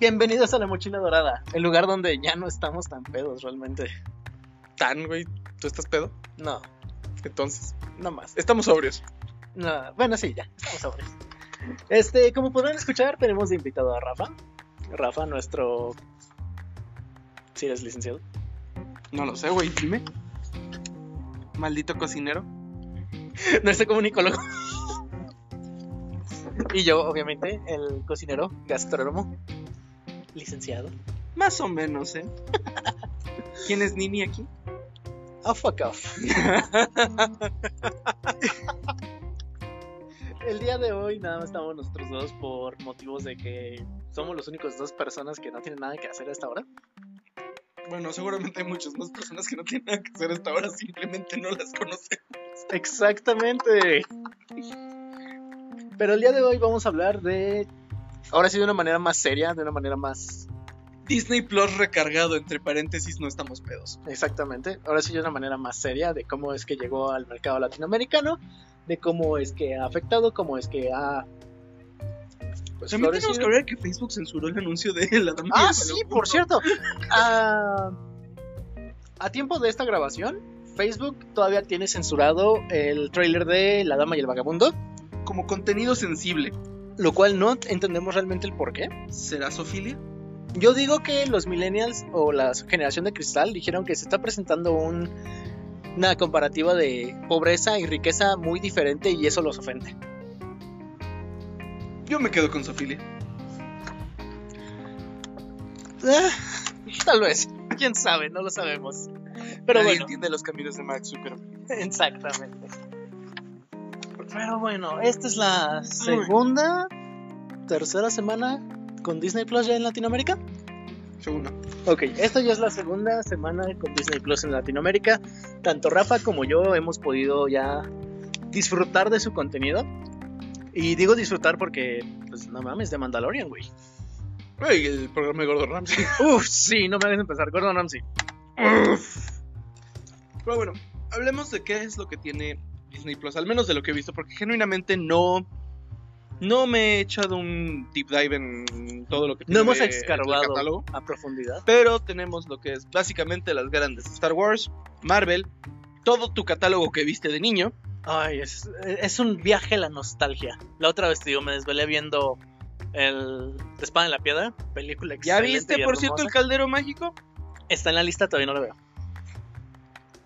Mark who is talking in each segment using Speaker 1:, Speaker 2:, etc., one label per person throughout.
Speaker 1: Bienvenidos a la mochila dorada, el lugar donde ya no estamos tan pedos realmente.
Speaker 2: Tan, güey. ¿Tú estás pedo?
Speaker 1: No,
Speaker 2: Entonces.
Speaker 1: no más.
Speaker 2: Estamos sobrios.
Speaker 1: No, bueno, sí, ya, estamos sobre. Este, como podrán escuchar, tenemos de invitado a Rafa. Rafa, nuestro. Si eres licenciado.
Speaker 2: No lo sé, güey. Dime. Maldito cocinero.
Speaker 1: Nuestro comunicólogo. Y yo, obviamente, el cocinero, gastrónomo, licenciado.
Speaker 2: Más o menos, ¿eh? ¿Quién es Nini aquí?
Speaker 1: Ah, fuck off. El día de hoy nada más estamos nosotros dos por motivos de que somos los únicos dos personas que no tienen nada que hacer hasta ahora.
Speaker 2: Bueno, seguramente hay muchas más personas que no tienen nada que hacer hasta ahora, simplemente no las conocen.
Speaker 1: Exactamente. Pero el día de hoy vamos a hablar de... Ahora sí de una manera más seria, de una manera más...
Speaker 2: Disney Plus recargado, entre paréntesis, no estamos pedos.
Speaker 1: Exactamente. Ahora sí de una manera más seria de cómo es que llegó al mercado latinoamericano, de cómo es que ha afectado, cómo es que ha... pues,
Speaker 2: También tenemos que
Speaker 1: florecido.
Speaker 2: hablar que Facebook censuró el anuncio de la dama.
Speaker 1: Ah,
Speaker 2: del
Speaker 1: sí,
Speaker 2: vagabundo.
Speaker 1: por cierto. Ah, a tiempo de esta grabación, Facebook todavía tiene censurado el tráiler de La Dama y el Vagabundo,
Speaker 2: Como contenido sensible,
Speaker 1: lo cual no entendemos realmente el por qué.
Speaker 2: ¿será Sofilia?
Speaker 1: Yo digo que los millennials o la generación de cristal dijeron que se está presentando un- una comparativa de pobreza y riqueza muy diferente y eso los ofende.
Speaker 2: Yo me quedo con Sofilia.
Speaker 1: Ah, tal vez, quién sabe, no lo sabemos. Pero
Speaker 2: Nadie
Speaker 1: bueno,
Speaker 2: entiende los caminos de Max Zuckerberg.
Speaker 1: exactamente. Pero bueno, esta es la segunda, tercera semana con Disney Plus ya en Latinoamérica.
Speaker 2: Segundo.
Speaker 1: Ok, esta ya es la segunda semana con Disney Plus en Latinoamérica. Tanto Rafa como yo hemos podido ya disfrutar de su contenido. Y digo disfrutar porque, pues no mames, de Mandalorian, güey.
Speaker 2: Güey, el programa de Gordo Ramsay.
Speaker 1: Uf, sí, no me hagas empezar, Gordon Ramsay.
Speaker 2: Pero bueno, hablemos de qué es lo que tiene Disney Plus, al menos de lo que he visto, porque genuinamente no. No me he echado un deep dive en todo lo que
Speaker 1: No hemos
Speaker 2: de- del
Speaker 1: escarbado
Speaker 2: catálogo,
Speaker 1: a profundidad.
Speaker 2: Pero tenemos lo que es básicamente las grandes: Star Wars, Marvel, todo tu catálogo que viste de niño.
Speaker 1: Ay, es, es un viaje a la nostalgia. La otra vez, te digo, me desvelé viendo el de Espada en la Piedra, película
Speaker 2: ¿Ya
Speaker 1: excelente
Speaker 2: viste,
Speaker 1: y
Speaker 2: por cierto, el
Speaker 1: hermosa.
Speaker 2: caldero mágico?
Speaker 1: Está en la lista, todavía no lo veo.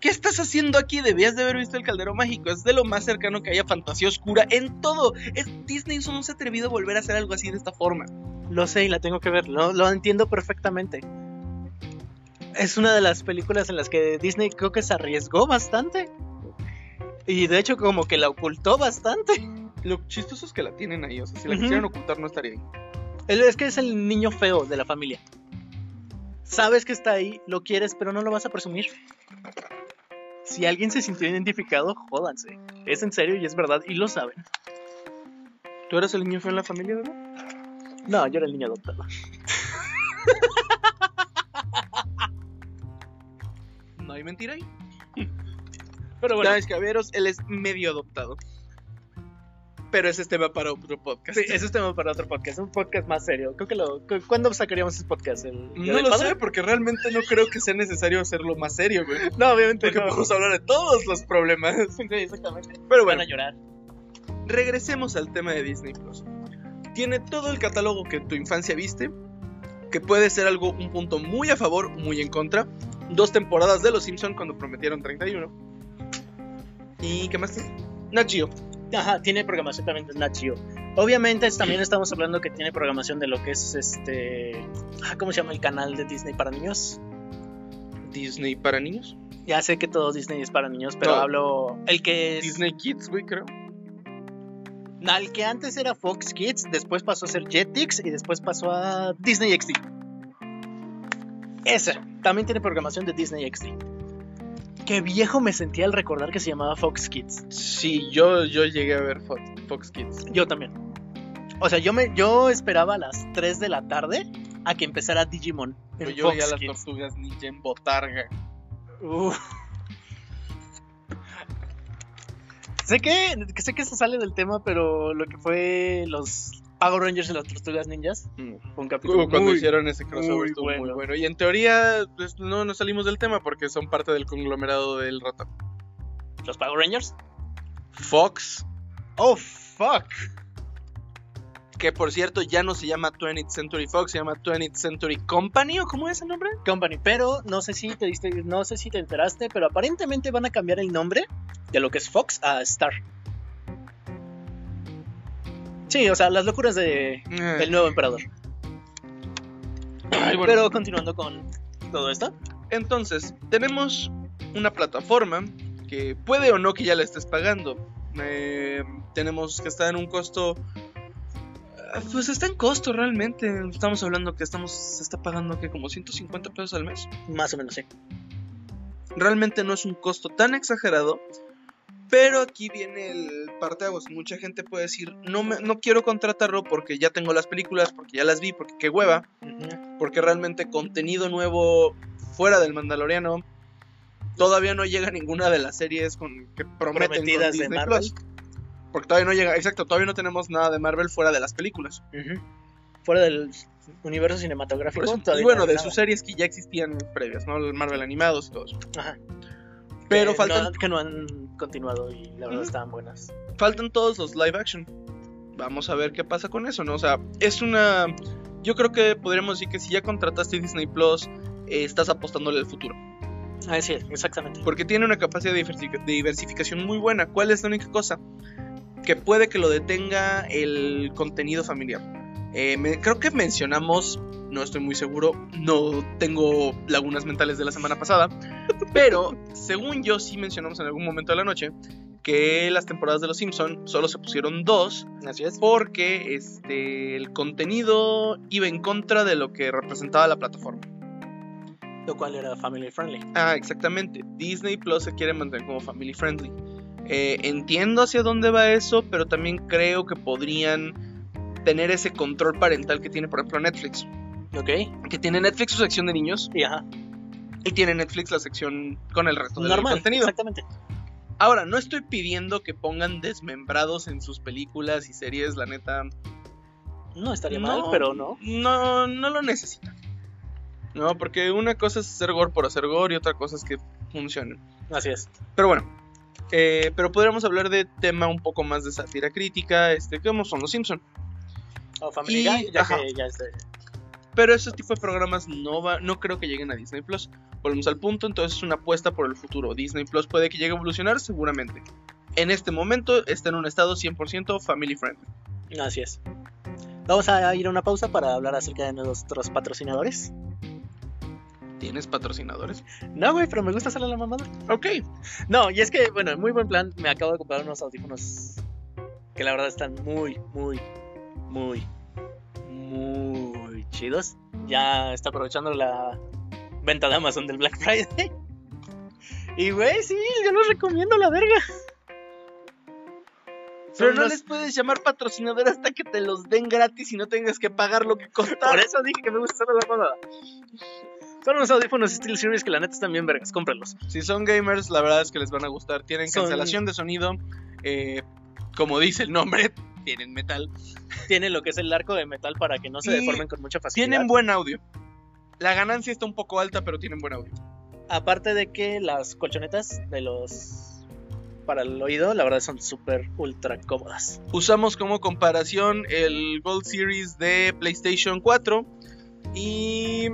Speaker 2: ¿Qué estás haciendo aquí? Debías de haber visto el caldero mágico. Es de lo más cercano que haya fantasía oscura en todo. Es, Disney no se ha atrevido a volver a hacer algo así de esta forma.
Speaker 1: Lo sé y la tengo que ver, lo, lo entiendo perfectamente. Es una de las películas en las que Disney creo que se arriesgó bastante. Y de hecho como que la ocultó bastante.
Speaker 2: Lo chistoso es que la tienen ahí, o sea, si la
Speaker 1: Ujú.
Speaker 2: quisieran ocultar no estaría ahí.
Speaker 1: Él es que es el niño feo de la familia. Sabes que está ahí, lo quieres, pero no lo vas a presumir. Si alguien se sintió identificado, jódanse. Es en serio y es verdad y lo saben.
Speaker 2: ¿Tú eras el niño feo en la familia, verdad?
Speaker 1: No, yo era el niño adoptado.
Speaker 2: No hay mentira ahí.
Speaker 1: Pero bueno,
Speaker 2: Sabes, caballeros, él es medio adoptado. Pero ese es tema para otro podcast.
Speaker 1: sí, ese es tema para otro podcast, un podcast más serio. Creo que lo, cu- ¿Cuándo sacaríamos ese podcast? ¿El Día
Speaker 2: No
Speaker 1: del
Speaker 2: lo
Speaker 1: Padre?
Speaker 2: sé, porque realmente no creo que sea necesario hacerlo más serio, güey.
Speaker 1: No, obviamente
Speaker 2: Porque
Speaker 1: no.
Speaker 2: podemos hablar de todos los problemas.
Speaker 1: Sí, exactamente.
Speaker 2: Pero
Speaker 1: Van
Speaker 2: bueno,
Speaker 1: a llorar.
Speaker 2: regresemos al tema de Disney Plus. Tiene todo el catálogo que tu infancia viste, que puede ser algo, un punto muy a favor, muy en contra. Dos temporadas de Los Simpson cuando prometieron 31. ¿Y qué más tiene? Nat Geo.
Speaker 1: Ajá, tiene programación también de Nat Geo. Obviamente es- también estamos hablando que tiene programación de lo que es este... ah, ¿Cómo se llama el canal de Disney para niños?
Speaker 2: Disney para niños.
Speaker 1: Ya sé que todo Disney es para niños, pero
Speaker 2: Todo.
Speaker 1: hablo... El que es...
Speaker 2: Disney Kids, güey, creo.
Speaker 1: No, el que antes era Fox Kids, después pasó a ser Jetix y después pasó a Disney XD. Esa, también tiene programación de Disney XD. Qué viejo me sentía al recordar que se llamaba Fox Kids.
Speaker 2: Sí, yo, yo llegué a ver Fox, Fox Kids.
Speaker 1: Yo también. O sea, yo me yo esperaba a las 3 de la tarde a que empezara Digimon.
Speaker 2: Pero
Speaker 1: en
Speaker 2: Pues yo veía
Speaker 1: Fox
Speaker 2: las
Speaker 1: Kids.
Speaker 2: tortugas ninja en Botarga.
Speaker 1: Uf. Sé que, sé que se sale del tema, pero lo que fue los Power Rangers y las Tortugas Ninjas. Fue un capítulo
Speaker 2: Uh, Cuando
Speaker 1: muy-
Speaker 2: hicieron ese crossover
Speaker 1: muy
Speaker 2: estuvo Mm. muy
Speaker 1: bueno.
Speaker 2: bueno. Y en teoría pues, no nos salimos del tema porque son parte del conglomerado del ratón.
Speaker 1: ¿Los Power Rangers?
Speaker 2: Fox,
Speaker 1: ¡Oh, fuck!
Speaker 2: que por cierto ya no se llama 20th Century Fox, se llama 20th Century Company o cómo es el nombre?
Speaker 1: Company. Pero no sé si te diste, no sé si te enteraste, pero aparentemente van a cambiar el nombre de lo que es Fox a Star. Sí, o sea, las locuras de el nuevo emperador.
Speaker 2: Ay, bueno.
Speaker 1: Pero continuando con todo esto.
Speaker 2: Entonces, tenemos una plataforma que puede o no que ya la estés pagando. Eh, tenemos que estar en un costo. Ah, Pues está en costo realmente. Estamos hablando que estamos. Se está pagando que como 150 pesos al mes.
Speaker 1: Más o menos, sí.
Speaker 2: Realmente no es un costo tan exagerado. Pero aquí viene el parteaguas. Mucha gente puede decir: no, me, no quiero contratarlo porque ya tengo las películas, porque ya las vi, porque qué hueva porque realmente contenido nuevo fuera del Mandaloriano todavía no llega ninguna de las series con que prometen con
Speaker 1: Prometidas de
Speaker 2: Disney
Speaker 1: Marvel.
Speaker 2: Plus, porque todavía no llega, exacto, todavía no tenemos nada de Marvel fuera de las películas.
Speaker 1: Ujú. Fuera del universo
Speaker 2: Por
Speaker 1: cinematográfico.
Speaker 2: eso- y
Speaker 1: todavía
Speaker 2: bueno,
Speaker 1: no hay
Speaker 2: de
Speaker 1: nada.
Speaker 2: sus series que ya existían previas, ¿no? El Marvel animados y todo eso.
Speaker 1: Ajá.
Speaker 2: Pero
Speaker 1: Que
Speaker 2: faltan,
Speaker 1: no- que no han continuado y la verdad
Speaker 2: Ujú.
Speaker 1: estaban buenas.
Speaker 2: faltan todos los live action. Vamos a ver qué pasa con eso, ¿no? O sea, es una... Yo creo que podríamos decir que si ya contrataste Disney Plus, eh, estás apostándole al futuro.
Speaker 1: Ah, sí, exactamente.
Speaker 2: porque tiene una capacidad de diversific- de diversificación muy buena. ¿Cuál es la única cosa? Que puede que lo detenga el contenido familiar. Eh, me- creo que mencionamos, no estoy muy seguro, no tengo lagunas mentales de la semana pasada, pero según yo sí mencionamos en algún momento de la noche que las temporadas de Los Simpson solo se pusieron dos
Speaker 1: Así es.
Speaker 2: porque este, el contenido iba en contra de lo que representaba la plataforma.
Speaker 1: Lo cual era family friendly.
Speaker 2: Ah, exactamente. Disney Plus se quiere mantener como family friendly. Eh, entiendo hacia dónde va eso, pero también creo que podrían tener ese control parental que tiene, por ejemplo, Netflix.
Speaker 1: Ok.
Speaker 2: Que tiene Netflix su sección de niños
Speaker 1: Y ajá.
Speaker 2: y tiene Netflix la sección con el resto del
Speaker 1: Normal.
Speaker 2: contenido.
Speaker 1: Exactamente.
Speaker 2: Ahora, no estoy pidiendo que pongan desmembrados en sus películas y series, la neta.
Speaker 1: No estaría mal, pero no.
Speaker 2: No, no lo necesitan. No, porque una cosa es hacer gore por hacer gore y otra cosa es que funcione.
Speaker 1: Así es.
Speaker 2: Pero bueno, eh, pero podríamos hablar de tema un poco más de sátira crítica, este, como son los Simpson.
Speaker 1: O Family
Speaker 2: Y-
Speaker 1: Guy, ya
Speaker 2: ajá.
Speaker 1: que ya es de-
Speaker 2: Pero ese tipo de programas no va, no creo que lleguen a Disney Plus. Volvemos al punto, entonces es una apuesta por el futuro. Disney Plus puede que llegue a evolucionar, seguramente. En este momento está en un estado 100% family friendly.
Speaker 1: Así es. Vamos a ir a una pausa para hablar acerca de nuestros patrocinadores.
Speaker 2: ¿Tienes patrocinadores?
Speaker 1: No, güey, pero me gusta hacerle la mamada.
Speaker 2: Ok.
Speaker 1: No, y es que, bueno, muy buen plan. Me acabo de comprar unos audífonos que la verdad están muy, muy, muy, muy chidos. Ya está aprovechando la venta de Amazon del Black Friday. Y, güey, sí, yo los recomiendo la verga.
Speaker 2: Pero
Speaker 1: Son
Speaker 2: no
Speaker 1: unos-
Speaker 2: les puedes llamar patrocinador hasta que te los den gratis y no tengas que pagar lo que
Speaker 1: Por
Speaker 2: costaron.
Speaker 1: eso dije que me gusta hacerle la mamada. Son unos audífonos Steel Series que la neta están bien vergas. Cómpralos.
Speaker 2: Si son gamers, la verdad es que les van a gustar. Tienen
Speaker 1: Son-
Speaker 2: cancelación de sonido. eh, como dice el nombre, tienen metal.
Speaker 1: Tienen lo que es el arco de metal para que no se
Speaker 2: Y
Speaker 1: deformen con mucha facilidad.
Speaker 2: Tienen buen audio. La ganancia está un poco alta, pero tienen buen audio.
Speaker 1: Aparte de que las colchonetas de los para el oído, la verdad son súper ultra cómodas.
Speaker 2: Usamos como comparación el Gold Series de PlayStation 4. Y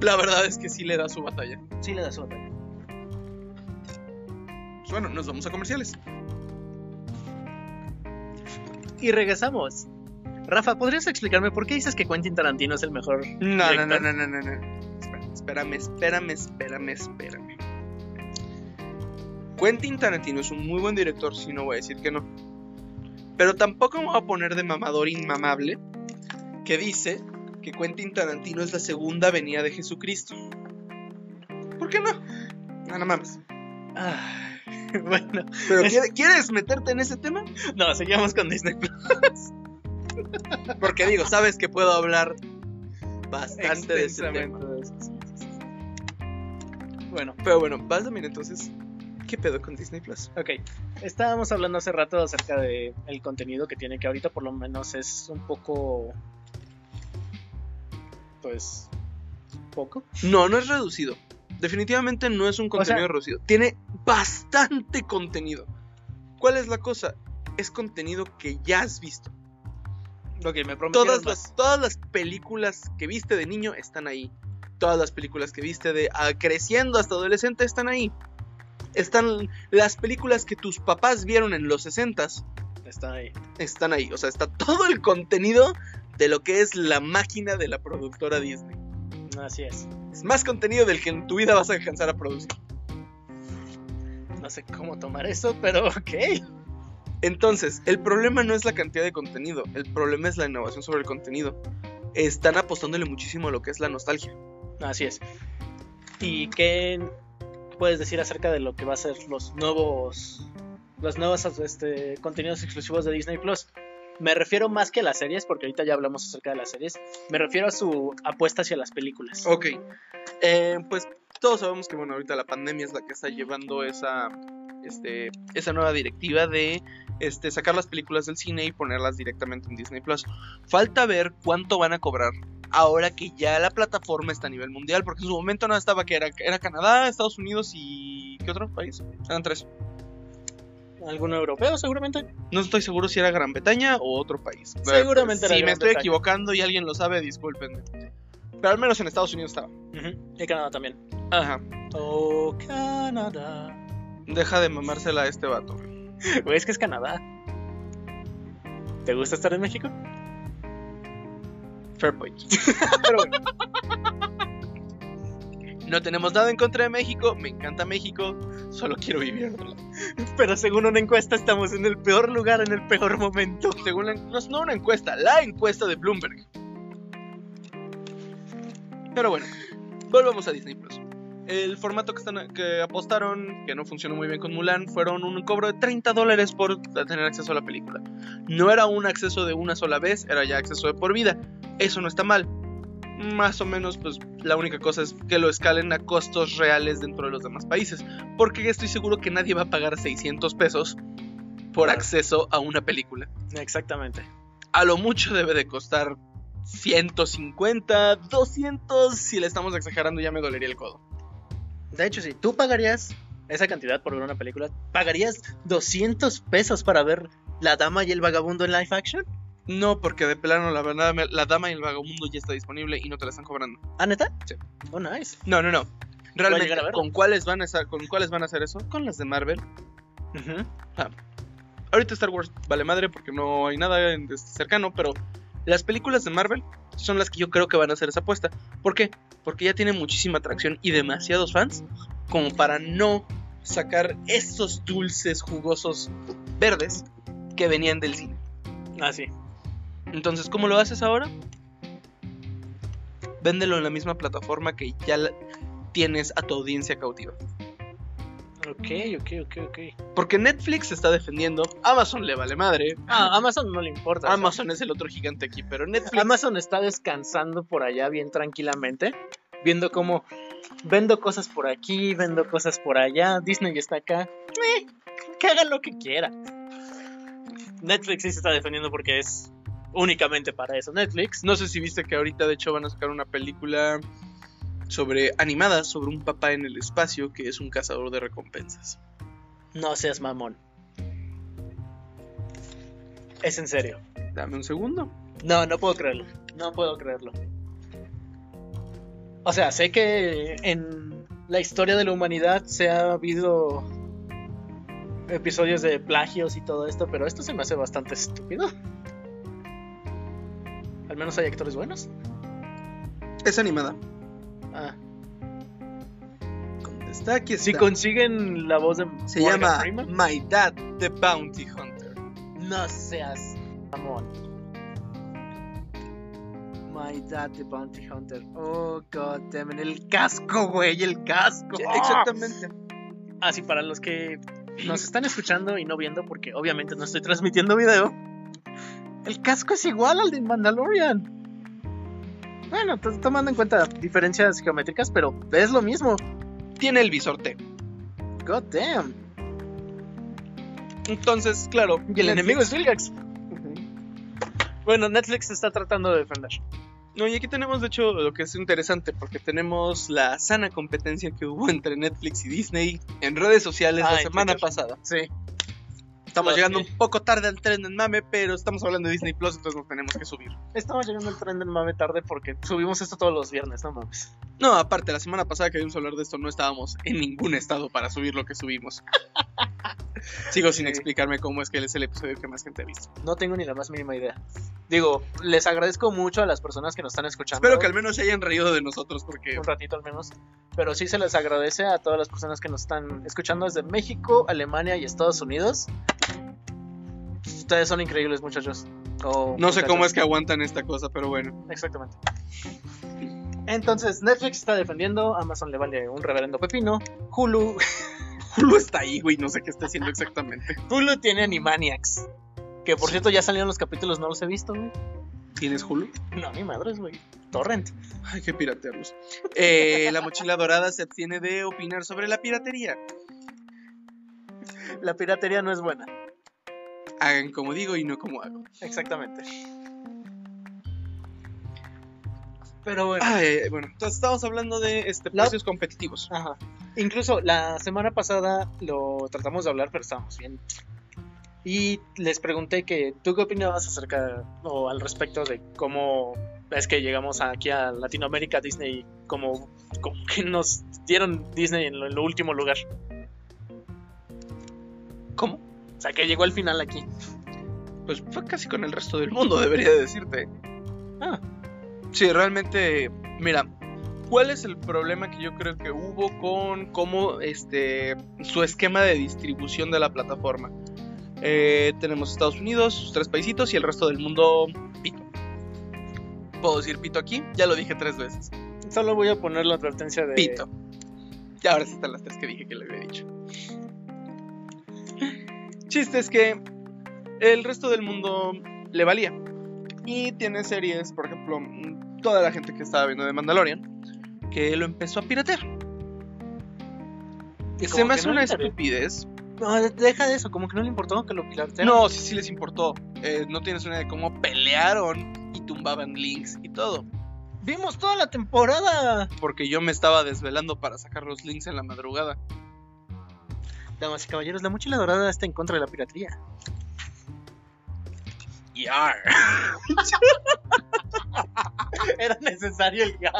Speaker 2: la verdad es que sí le da su batalla.
Speaker 1: Sí le das otra.
Speaker 2: Pues bueno, nos vamos a comerciales.
Speaker 1: Y regresamos. Rafa, ¿podrías explicarme por qué dices que Quentin Tarantino es el mejor?
Speaker 2: No, no,
Speaker 1: Director.
Speaker 2: no, no, no, no, no. Espérame, espérame, espérame, espérame. Quentin Tarantino es un muy buen director, si no voy a decir que no. Pero tampoco me voy a poner de mamador inmamable que dice que Quentin Tarantino es la segunda venida de Jesucristo. ¿Por qué no? No, no mames.
Speaker 1: Ah, bueno,
Speaker 2: ¿Pero quiere- quieres meterte en ese tema?
Speaker 1: no, seguimos con Disney Plus.
Speaker 2: Porque digo, sabes que puedo hablar bastante de ese tema.
Speaker 1: Bueno,
Speaker 2: Pero bueno, vas a mirar entonces ¿Qué pedo con Disney Plus?
Speaker 1: Ok, estábamos hablando hace rato acerca de el contenido que tiene, que ahorita por lo menos es un poco... Pues... Poco.
Speaker 2: No, no es reducido. Definitivamente no es un contenido
Speaker 1: sea-
Speaker 2: reducido. Tiene bastante contenido. ¿Cuál es la cosa? Es contenido que ya has visto.
Speaker 1: Ok, me prometieron más.
Speaker 2: Todas las, todas las películas que viste de niño están ahí. Todas las películas que viste de ah, creciendo hasta adolescente están ahí. Están las películas que tus papás vieron en los 60s
Speaker 1: Está ahí.
Speaker 2: están ahí. O sea, está todo el contenido de lo que es la máquina de la productora Disney.
Speaker 1: Así es.
Speaker 2: Es más contenido del que en tu vida vas a alcanzar a producir.
Speaker 1: No sé cómo tomar eso, pero ok.
Speaker 2: Entonces, el problema no es la cantidad de contenido, el problema es la innovación sobre el contenido. Están apostándole muchísimo a lo que es la nostalgia.
Speaker 1: Así es. ¿Y qué puedes decir acerca de lo que va a ser los nuevos los nuevos este, contenidos exclusivos de Disney Plus? Me refiero más que a las series, porque ahorita ya hablamos acerca de las series. Me refiero a su apuesta hacia las películas.
Speaker 2: Ok. Eh, pues todos sabemos que bueno, ahorita la pandemia es la que está llevando esa, este, esa nueva directiva de este, sacar las películas del cine y ponerlas directamente en Disney Plus. Falta ver cuánto van a cobrar ahora que ya la plataforma está a nivel mundial, porque en su momento no estaba que era, era Canadá, Estados Unidos y ¿qué otro país? Eran tres.
Speaker 1: ¿Alguno europeo, seguramente?
Speaker 2: No estoy seguro si era Gran Bretaña o otro país.
Speaker 1: Seguramente era
Speaker 2: Si me
Speaker 1: Gran
Speaker 2: estoy
Speaker 1: Bretaña.
Speaker 2: equivocando y alguien lo sabe, discúlpenme. Pero al menos en Estados Unidos estaba.
Speaker 1: Y Canadá también.
Speaker 2: Ajá.
Speaker 1: Oh, Canadá.
Speaker 2: Deja de mamársela a este vato.
Speaker 1: Güey, es que es Canadá. ¿Te gusta estar en México?
Speaker 2: Fair point.
Speaker 1: Pero bueno,
Speaker 2: No tenemos nada en contra de México, me encanta México, solo quiero vivir en otro lado.
Speaker 1: pero según una encuesta estamos en el peor lugar en el peor momento.
Speaker 2: Según la, no, no una encuesta, la encuesta de Bloomberg. Pero bueno, volvamos a Disney Plus. El formato que, están, que apostaron, que no funcionó muy bien con Mulan, fueron un cobro de 30 dólares por tener acceso a la película. No era un acceso de una sola vez, era ya acceso de por vida. Eso no está mal. Más o menos, pues la única cosa es que lo escalen a costos reales dentro de los demás países. Porque estoy seguro que nadie va a pagar 600 pesos por
Speaker 1: Claro.
Speaker 2: acceso a una película
Speaker 1: Exactamente.
Speaker 2: a lo mucho debe de costar 150, 200. Si le estamos exagerando, ya me dolería el codo.
Speaker 1: De hecho, si tú pagarías esa cantidad por ver una película, ¿pagarías 200 pesos para ver La Dama y el Vagabundo en live action?
Speaker 2: No, porque de plano la verdad, me- la dama y el vagabundo ya está disponible y no te la están cobrando.
Speaker 1: ¿Ah, neta?
Speaker 2: Sí.
Speaker 1: Oh, nice.
Speaker 2: No, no, no. Realmente,
Speaker 1: llegar a verla.
Speaker 2: ¿con cuáles, van a estar- ¿con cuáles van a hacer eso? Con las de Marvel. Ahorita Star Wars vale madre porque no hay nada en- este, cercano, pero las películas de Marvel son las que yo creo que van a hacer esa apuesta. ¿Por qué? Porque ya tiene muchísima atracción y demasiados fans como para no sacar esos dulces jugosos verdes que venían del cine.
Speaker 1: Ah, sí.
Speaker 2: Entonces, ¿cómo lo haces ahora? Véndelo en la misma plataforma que ya la- tienes a tu audiencia cautiva.
Speaker 1: Ok, ok, ok, ok.
Speaker 2: Porque Netflix se está defendiendo, Amazon le vale madre,
Speaker 1: Ah, Amazon no le importa. o sea,
Speaker 2: Amazon es el otro gigante aquí, pero Netflix...
Speaker 1: Amazon está descansando por allá bien tranquilamente, viendo cómo vendo cosas por aquí, vendo cosas por allá, Disney está acá. Eh, que haga lo que quiera. Netflix sí se está defendiendo porque es únicamente para eso Netflix.
Speaker 2: No sé si viste que ahorita de hecho van a sacar una película sobre animada sobre un papá en el espacio que es un cazador de recompensas.
Speaker 1: No seas mamón. Es en serio.
Speaker 2: Dame un segundo.
Speaker 1: No, no puedo creerlo. No puedo creerlo. O sea, sé que en la historia de la humanidad se ha habido episodios de plagios y todo esto, pero esto se me hace bastante estúpido. Al menos hay actores buenos.
Speaker 2: Es animada.
Speaker 1: Ah,
Speaker 2: Está aquí
Speaker 1: si
Speaker 2: está.
Speaker 1: consiguen la voz de
Speaker 2: Se
Speaker 1: Morgan
Speaker 2: llama
Speaker 1: Freeman,
Speaker 2: My Dad the Bounty Hunter.
Speaker 1: no seas mamón. My dad the bounty hunter. Oh god damn it. El casco, güey, el casco.
Speaker 2: Exactamente.
Speaker 1: Así Ah, para los que nos están escuchando y no viendo, porque obviamente no estoy transmitiendo video, el casco es igual al de Mandalorian. Bueno, to- tomando en cuenta diferencias geométricas, pero es lo mismo.
Speaker 2: Tiene el visor T.
Speaker 1: God damn.
Speaker 2: Entonces, claro.
Speaker 1: Y el
Speaker 2: Netflix-
Speaker 1: enemigo es Vilgax. Bueno, Netflix se está tratando de defender.
Speaker 2: No, y aquí tenemos, de hecho, lo que es interesante, porque tenemos la sana competencia que hubo entre Netflix y Disney en redes sociales
Speaker 1: Ah,
Speaker 2: la
Speaker 1: en
Speaker 2: semana
Speaker 1: Twitter.
Speaker 2: pasada.
Speaker 1: Sí.
Speaker 2: Estamos
Speaker 1: Lo
Speaker 2: llegando
Speaker 1: que-
Speaker 2: un poco tarde al tren en mame, pero estamos hablando de Disney Plus, entonces nos tenemos que subir.
Speaker 1: Estamos llegando al tren del mame tarde porque subimos esto todos los viernes, no mames.
Speaker 2: No, aparte, la semana pasada que vimos hablar de esto no estábamos en ningún estado para subir lo que subimos. Sigo sin
Speaker 1: Sí.
Speaker 2: explicarme cómo es que es el episodio que más gente ha visto.
Speaker 1: No tengo ni la más mínima idea. Digo, les agradezco mucho a las personas que nos están escuchando.
Speaker 2: Espero que al menos se hayan reído de nosotros, porque
Speaker 1: un ratito al menos. Pero sí se les agradece a todas las personas que nos están escuchando desde México, Alemania y Estados Unidos. Ustedes son increíbles, muchachos. O
Speaker 2: no sé cómo es
Speaker 1: muchachas.
Speaker 2: que aguantan esta cosa, pero bueno.
Speaker 1: Exactamente. Entonces, Netflix está defendiendo, Amazon le vale un reverendo pepino, Hulu,
Speaker 2: Hulu está ahí, güey, no sé qué está haciendo exactamente.
Speaker 1: Hulu tiene Animaniacs. Que por cierto ya salieron los capítulos, no los he visto, güey.
Speaker 2: ¿Tienes Hulu?
Speaker 1: No, ni madres, güey. Torrent.
Speaker 2: Hay que piratearlos. Eh, la mochila dorada se abstiene de opinar sobre la piratería.
Speaker 1: La piratería no es buena.
Speaker 2: Hagan como digo y no como hago.
Speaker 1: Exactamente. Pero bueno.
Speaker 2: Ah, eh, bueno, entonces estamos hablando de este,
Speaker 1: La-
Speaker 2: precios competitivos.
Speaker 1: Ajá. Incluso la semana pasada lo tratamos de hablar, pero estábamos bien. Y les pregunté que tú qué opinabas acerca o al respecto de cómo es que llegamos aquí a Latinoamérica Disney, como, como que nos dieron Disney en lo, en lo último lugar.
Speaker 2: ¿Cómo?
Speaker 1: O sea, que llegó al final aquí.
Speaker 2: Pues fue casi con el resto del mundo, debería decirte.
Speaker 1: Ah.
Speaker 2: Sí, realmente, mira, ¿cuál es el problema que yo creo que hubo con cómo este su esquema de distribución de la plataforma? Eh, tenemos Estados Unidos, sus tres paisitos y el resto del mundo pito. Puedo decir pito aquí, ya lo dije tres veces.
Speaker 1: Solo voy a poner la advertencia de...
Speaker 2: Pito. Ya ahora sí están las tres que dije que le había dicho. Chiste es que el resto del mundo le valía. Y tiene series, por ejemplo, mm, toda la gente que estaba viendo de Mandalorian, que lo empezó a piratear.
Speaker 1: Y
Speaker 2: Se
Speaker 1: como
Speaker 2: me
Speaker 1: que
Speaker 2: hace
Speaker 1: no
Speaker 2: una
Speaker 1: le inter-
Speaker 2: estupidez.
Speaker 1: No, deja de eso, como que no le importó que lo piratearan.
Speaker 2: No, sí, sí les importó. Eh, no tienes una idea de cómo pelearon y tumbaban links y todo.
Speaker 1: Vimos toda la temporada.
Speaker 2: Porque yo me estaba desvelando para sacar los links en la madrugada.
Speaker 1: Damas y caballeros, la mochila dorada está en contra de la piratería.
Speaker 2: Yar.
Speaker 1: Era necesario el gar.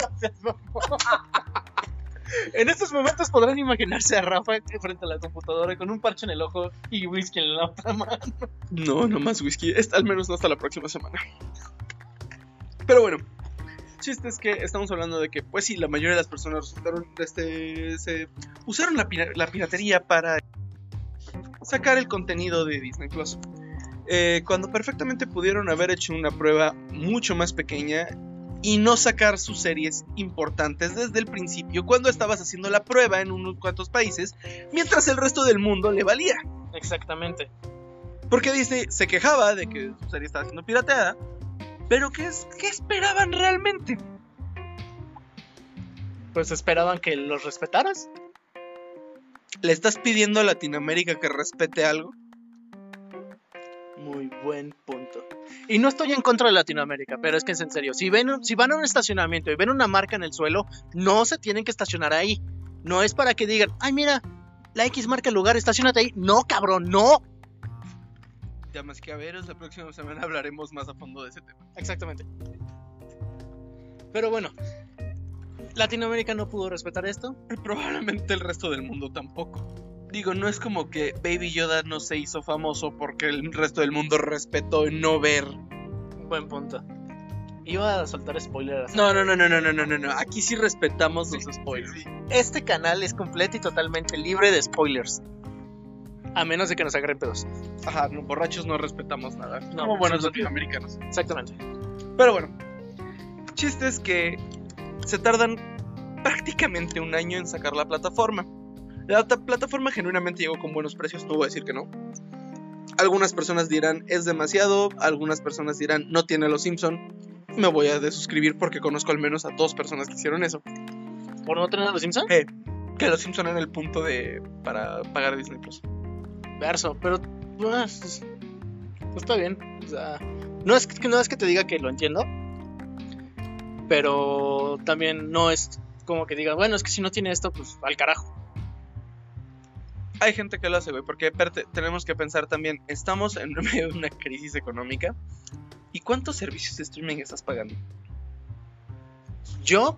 Speaker 1: No seas mamón. En estos momentos podrán imaginarse a Rafa frente a la computadora con un parche en el ojo y whisky en la otra mano.
Speaker 2: No, no más whisky. Es- al menos no hasta la próxima semana. Pero bueno, chiste es que estamos hablando de que, pues sí, la mayoría de las personas resultaron, este, se usaron la, pira- la piratería para sacar el contenido de Disney Plus. Eh, cuando perfectamente pudieron haber hecho una prueba mucho más pequeña y no sacar sus series importantes desde el principio, cuando estabas haciendo la prueba en unos cuantos países, mientras el resto del mundo le valía.
Speaker 1: Exactamente.
Speaker 2: Porque Disney se quejaba de que su serie estaba siendo pirateada. Pero ¿qué, es, qué esperaban realmente?
Speaker 1: Pues esperaban que los respetaras.
Speaker 2: ¿Le estás pidiendo a Latinoamérica que respete algo?
Speaker 1: Muy buen punto. Y no estoy en contra de Latinoamérica, pero es que es en serio. Si, ven, si van a un estacionamiento y ven una marca en el suelo, no se tienen que estacionar ahí. No es para que digan, ay, mira, la X marca el lugar, estacionate ahí. No, cabrón, no.
Speaker 2: Damas y caballeros, la próxima semana hablaremos más a fondo de ese tema.
Speaker 1: Exactamente. Pero bueno, Latinoamérica no pudo respetar esto.
Speaker 2: Y probablemente el resto del mundo tampoco. Digo, no es como que Baby Yoda no se hizo famoso porque el resto del mundo respetó no ver.
Speaker 1: Buen punto. Iba a soltar spoilers.
Speaker 2: No, no, no, no, no, no, no, no, no. Aquí sí respetamos los spoilers.
Speaker 1: Este canal es completo y totalmente libre de spoilers. A menos de que nos agarren pedos.
Speaker 2: Ajá, no, borrachos no respetamos nada.
Speaker 1: No,
Speaker 2: como buenos
Speaker 1: sí, sí.
Speaker 2: latinoamericanos.
Speaker 1: Exactamente.
Speaker 2: Pero bueno, chiste es que se tardan prácticamente un año en sacar la plataforma. La ta- plataforma genuinamente llegó con buenos precios, no voy a decir que no. Algunas personas dirán es demasiado, algunas personas dirán no tiene los Simpson. Me voy a desuscribir porque conozco al menos a dos personas que hicieron eso.
Speaker 1: ¿Por no tener a los Simpsons?
Speaker 2: que Los Simpson era el punto de para pagar Disney Plus.
Speaker 1: Verso, pero pues, está bien. O sea, no es, que- no es que te diga que lo entiendo, pero también no es como que diga, bueno, es que si no tiene esto, pues al carajo.
Speaker 2: Hay gente que lo hace, güey, porque aparte tenemos que pensar también, estamos en medio de una crisis económica. ¿Y cuántos servicios de streaming estás pagando?
Speaker 1: Yo,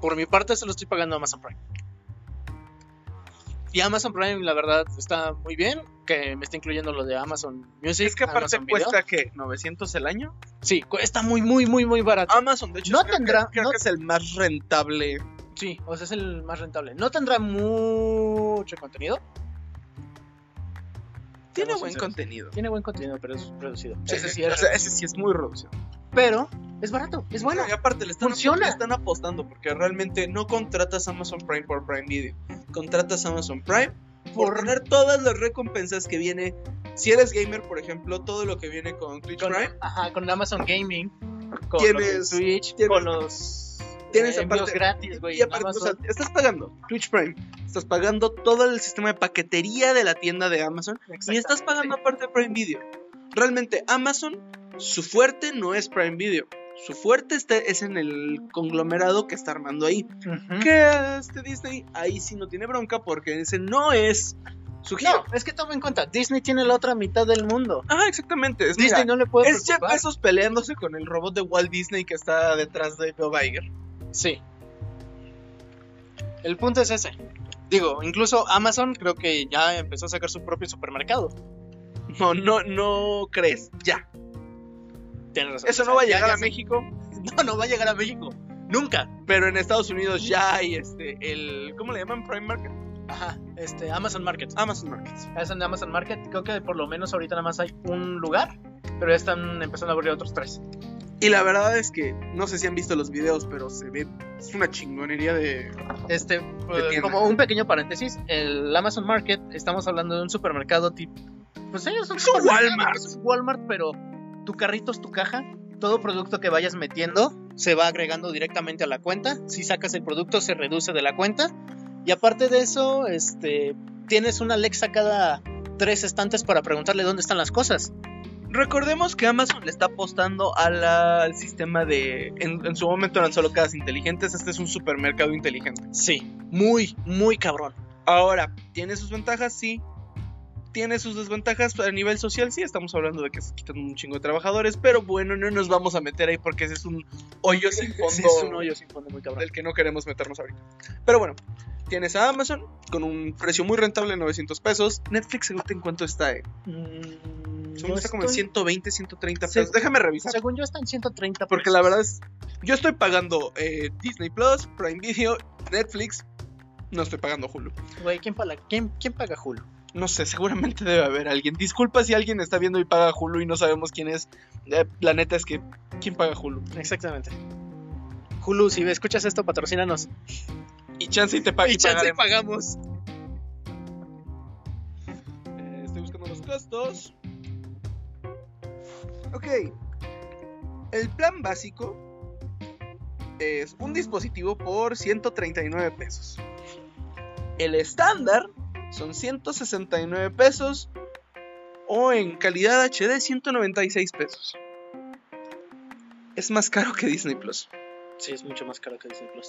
Speaker 1: por mi parte, se lo estoy pagando a Amazon Prime. Y Amazon Prime, la verdad, está muy bien, que me está incluyendo lo de Amazon Music.
Speaker 2: es que aparte
Speaker 1: Amazon Video.
Speaker 2: cuesta que 900 el año.
Speaker 1: Sí, cuesta muy, muy, muy, muy barato.
Speaker 2: Amazon, de hecho,
Speaker 1: No
Speaker 2: creo que-
Speaker 1: tendrá-
Speaker 2: creo
Speaker 1: no-
Speaker 2: que es el más rentable.
Speaker 1: Sí, o sea, es el más rentable. No tendrá mucho contenido.
Speaker 2: Tiene
Speaker 1: Seamos
Speaker 2: buen
Speaker 1: sinceros.
Speaker 2: contenido.
Speaker 1: Tiene buen contenido, pero es reducido. Ese sí
Speaker 2: o
Speaker 1: es
Speaker 2: sea, ese sí es muy reducido.
Speaker 1: Pero es barato, es bueno.
Speaker 2: Y aparte le están,
Speaker 1: funciona.
Speaker 2: le están apostando porque realmente no contratas Amazon Prime por Prime Video. Contratas Amazon Prime por
Speaker 1: Por-
Speaker 2: tener todas las recompensas que viene. Si eres gamer, por ejemplo, todo lo que viene con Twitch
Speaker 1: Con,
Speaker 2: Prime.
Speaker 1: ajá, con Amazon Gaming, con
Speaker 2: Tienes-
Speaker 1: los de Twitch,
Speaker 2: tienes-
Speaker 1: con los
Speaker 2: Tienes
Speaker 1: eh, envíos
Speaker 2: aparte-
Speaker 1: gratis, güey.
Speaker 2: y
Speaker 1: en
Speaker 2: aparte, o sea,
Speaker 1: Amazon.
Speaker 2: estás pagando Twitch Prime, estás pagando todo el sistema de paquetería de la tienda de Amazon y estás pagando aparte Prime Video. Realmente Amazon, su fuerte no es Prime Video. Su fuerte está- es en el conglomerado que está armando ahí.
Speaker 1: Ujú.
Speaker 2: que este Disney ahí sí no tiene bronca porque ese no es su giro.
Speaker 1: No, es que toma en cuenta, Disney tiene la otra mitad del mundo.
Speaker 2: Ah, exactamente. Es,
Speaker 1: Disney no
Speaker 2: mira,
Speaker 1: le puede
Speaker 2: es Jeff
Speaker 1: preocupar.
Speaker 2: Bezos peleándose con el robot de Walt Disney que está detrás de Bob Iger.
Speaker 1: Sí. El punto es ese. Digo, incluso Amazon creo que ya empezó a sacar su propio supermercado.
Speaker 2: No, no, no crees. Ya.
Speaker 1: Tienes razón.
Speaker 2: Eso
Speaker 1: O sea,
Speaker 2: no va a
Speaker 1: ya-
Speaker 2: llegar
Speaker 1: ya
Speaker 2: a
Speaker 1: se-
Speaker 2: México,
Speaker 1: No, no va a llegar a México. Nunca.
Speaker 2: pero en Estados Unidos ya hay este, el, ¿cómo le llaman? Prime Market.
Speaker 1: Ajá. Este, Amazon Market.
Speaker 2: Amazon Markets.
Speaker 1: Es en Amazon Market. Creo que por lo menos ahorita nada más hay un lugar. Pero ya están empezando a abrir otros tres.
Speaker 2: Y la verdad es que no sé si han visto los videos, pero se ve, es una chingonería de...
Speaker 1: Este, eh,
Speaker 2: tienda.
Speaker 1: como un pequeño paréntesis, el Amazon Market, estamos hablando de un supermercado tipo. Pues ellos son
Speaker 2: Es un
Speaker 1: supermercado,
Speaker 2: Walmart.
Speaker 1: Es un Walmart, pero tu carrito es tu caja. Todo producto que vayas metiendo se va agregando directamente a la cuenta. Si sacas el producto, se reduce de la cuenta. Y aparte de eso, este, tienes una Alexa cada tres estantes para preguntarle dónde están las cosas.
Speaker 2: Recordemos que Amazon le está apostando a la- al sistema de. En, en su momento eran solo casas inteligentes. Este es un supermercado inteligente.
Speaker 1: Sí, muy, muy cabrón.
Speaker 2: Ahora, ¿tiene sus ventajas? Sí. ¿Tiene sus desventajas a nivel social? Sí, estamos hablando de que se quitan un chingo de trabajadores. Pero bueno, no nos vamos a meter ahí porque ese es un hoyo sin fondo.
Speaker 1: Sí, es un hoyo sin fondo muy cabrón.
Speaker 2: Del que no queremos meternos ahorita. Pero bueno, tienes a Amazon con un precio muy rentable de 900 pesos. Netflix, ahorita ¿en cuánto está? Eh?
Speaker 1: Mm,
Speaker 2: Según
Speaker 1: yo
Speaker 2: está como en
Speaker 1: estoy-
Speaker 2: 120, 130
Speaker 1: Sí.
Speaker 2: pesos. Déjame revisar.
Speaker 1: Según yo está en 130
Speaker 2: Porque la verdad es, yo estoy pagando eh, Disney Plus, Prime Video, Netflix. No estoy pagando Hulu.
Speaker 1: Güey, ¿quién, pala- quién- quién paga Hulu?
Speaker 2: No sé, seguramente debe haber alguien. Disculpa si alguien está viendo y paga Hulu y no sabemos quién es. Eh, la neta es que, ¿quién paga Hulu?
Speaker 1: Exactamente. Hulu, si escuchas esto, patrocínanos.
Speaker 2: Y chance y te paga.
Speaker 1: y chance y pagamos.
Speaker 2: Eh, estoy buscando los costos. Ok. El plan básico es un dispositivo por 139 pesos. El estándar son 169 pesos o en calidad HD 196 pesos. Es más caro que Disney Plus.
Speaker 1: Sí, es mucho más caro que Disney Plus.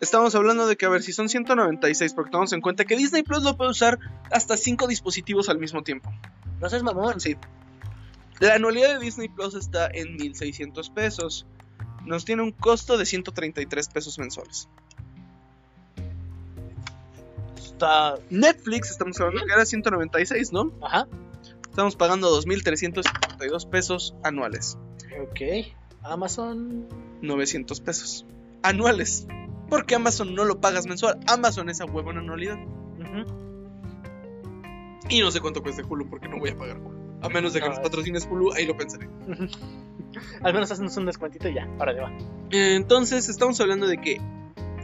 Speaker 2: Estamos hablando de que, a ver, si son 196, porque tomamos en cuenta que Disney Plus lo puede usar hasta 5 dispositivos al mismo tiempo.
Speaker 1: No seas mamón.
Speaker 2: Sí. La anualidad de Disney Plus está en 1600 pesos. Nos tiene un costo de 133 pesos mensuales.
Speaker 1: Está.
Speaker 2: Netflix, estamos hablando que era 196, ¿no?
Speaker 1: Ajá.
Speaker 2: Estamos pagando 2352 pesos anuales.
Speaker 1: Ok. Amazon.
Speaker 2: 900 pesos anuales. Porque Amazon no lo pagas mensual. Amazon es a huevo en anualidad.
Speaker 1: Ujú.
Speaker 2: Y no sé cuánto cueste Hulu porque no voy a pagar Hulu. A menos de que
Speaker 1: No,
Speaker 2: nos
Speaker 1: es-
Speaker 2: patrocines Hulu, ahí lo pensaré.
Speaker 1: Al menos haznos un descuentito y ya. Para de va.
Speaker 2: Entonces, estamos hablando de que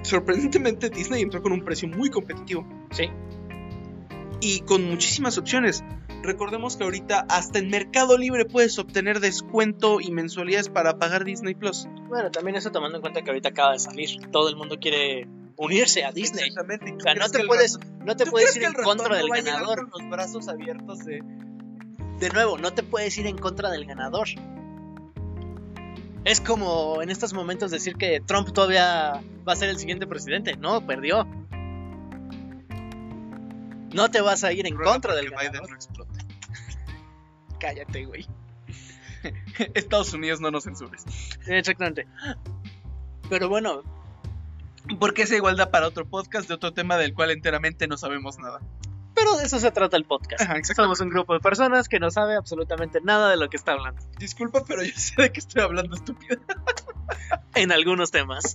Speaker 2: sorprendentemente Disney entró con un precio muy competitivo.
Speaker 1: Sí.
Speaker 2: y con muchísimas opciones. Recordemos que ahorita hasta en Mercado Libre puedes obtener descuento y mensualidades para pagar Disney Plus.
Speaker 1: Bueno, también eso tomando en cuenta que ahorita acaba de salir. Todo el mundo quiere unirse a Disney.
Speaker 2: Exactamente.
Speaker 1: O sea, no
Speaker 2: ¿Crees que
Speaker 1: te
Speaker 2: el
Speaker 1: puedes, no te
Speaker 2: ¿Tú
Speaker 1: puedes
Speaker 2: crees
Speaker 1: ir
Speaker 2: que
Speaker 1: en
Speaker 2: el ratón
Speaker 1: contra del
Speaker 2: no va a llegar
Speaker 1: ganador.
Speaker 2: con los brazos abiertos de...
Speaker 1: De nuevo, no te puedes ir en contra del ganador. Es como en estos momentos decir que Trump todavía va a ser el siguiente presidente. No, perdió. No te vas a ir en
Speaker 2: Ruega
Speaker 1: contra
Speaker 2: porque
Speaker 1: del
Speaker 2: Biden
Speaker 1: ganador.
Speaker 2: no explote.
Speaker 1: Cállate, güey.
Speaker 2: Estados Unidos no nos censures.
Speaker 1: Exactamente. Pero bueno,
Speaker 2: Porque esa igualdad para otro podcast de otro tema del cual enteramente no sabemos nada.
Speaker 1: pero de eso se trata el podcast.
Speaker 2: Ajá, exacto.
Speaker 1: Somos un grupo de personas que no sabe absolutamente nada de lo que está hablando.
Speaker 2: Disculpa, pero yo sé de qué estoy hablando, estúpida.
Speaker 1: En algunos temas.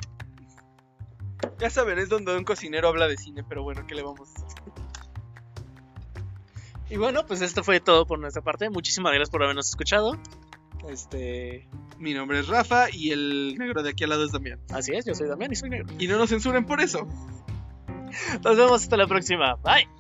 Speaker 2: Ya saben, es donde un cocinero habla de cine, pero bueno, ¿qué le vamos a hacer?
Speaker 1: Y bueno, pues esto fue todo por nuestra parte. Muchísimas gracias por habernos escuchado. Este,
Speaker 2: Mi nombre es Rafa y el negro de aquí al lado es Damián.
Speaker 1: así es, yo soy Damián y soy negro.
Speaker 2: Y no nos censuren por eso.
Speaker 1: Nos vemos hasta la próxima. Bye.